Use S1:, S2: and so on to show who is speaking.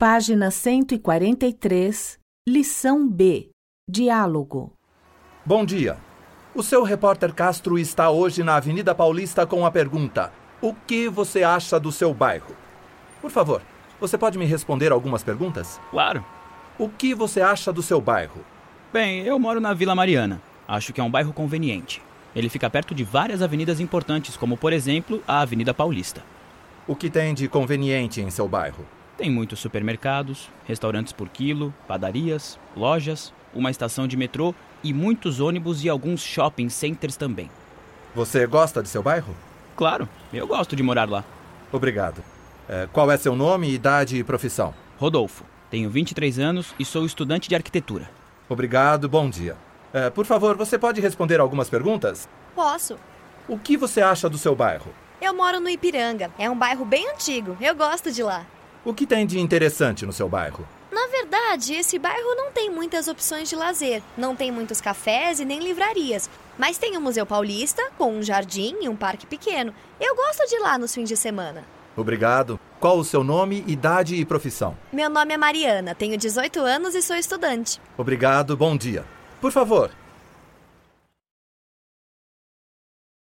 S1: Página 143, lição B. Diálogo.
S2: Bom dia. O seu repórter Castro está hoje na Avenida Paulista com a pergunta: O que você acha do seu bairro? Por favor, você pode me responder algumas perguntas?
S3: Claro.
S2: O que você acha do seu bairro?
S3: Bem, eu moro na Vila Mariana. Acho que é um bairro conveniente. Ele fica perto de várias avenidas importantes, como por exemplo a Avenida Paulista.
S2: O que tem de conveniente em seu bairro?
S3: Tem muitos supermercados, restaurantes por quilo, padarias, lojas, uma estação de metrô e muitos ônibus e alguns shopping centers também.
S2: Você gosta de seu bairro?
S3: Claro, eu gosto de morar lá.
S2: Obrigado. Eh, qual é seu nome, idade e profissão?
S3: Rodolfo, tenho 23 anos e sou estudante de arquitetura.
S2: Obrigado, bom dia. Eh, por favor, você pode responder algumas perguntas?
S4: Posso.
S2: O que você acha do seu bairro?
S4: Eu moro no Ipiranga. É um bairro bem antigo. Eu gosto de lá.
S2: O que tem de interessante no seu bairro?
S4: Na verdade, esse bairro não tem muitas opções de lazer. Não tem muitos cafés e nem livrarias. Mas tem o Museu Paulista, com um jardim e um parque pequeno. Eu gosto de lá nos fins de semana.
S2: Obrigado. Qual o seu nome, idade e profissão?
S4: Meu nome é Mariana, tenho 18 anos e sou estudante.
S2: Obrigado, bom dia. Por favor,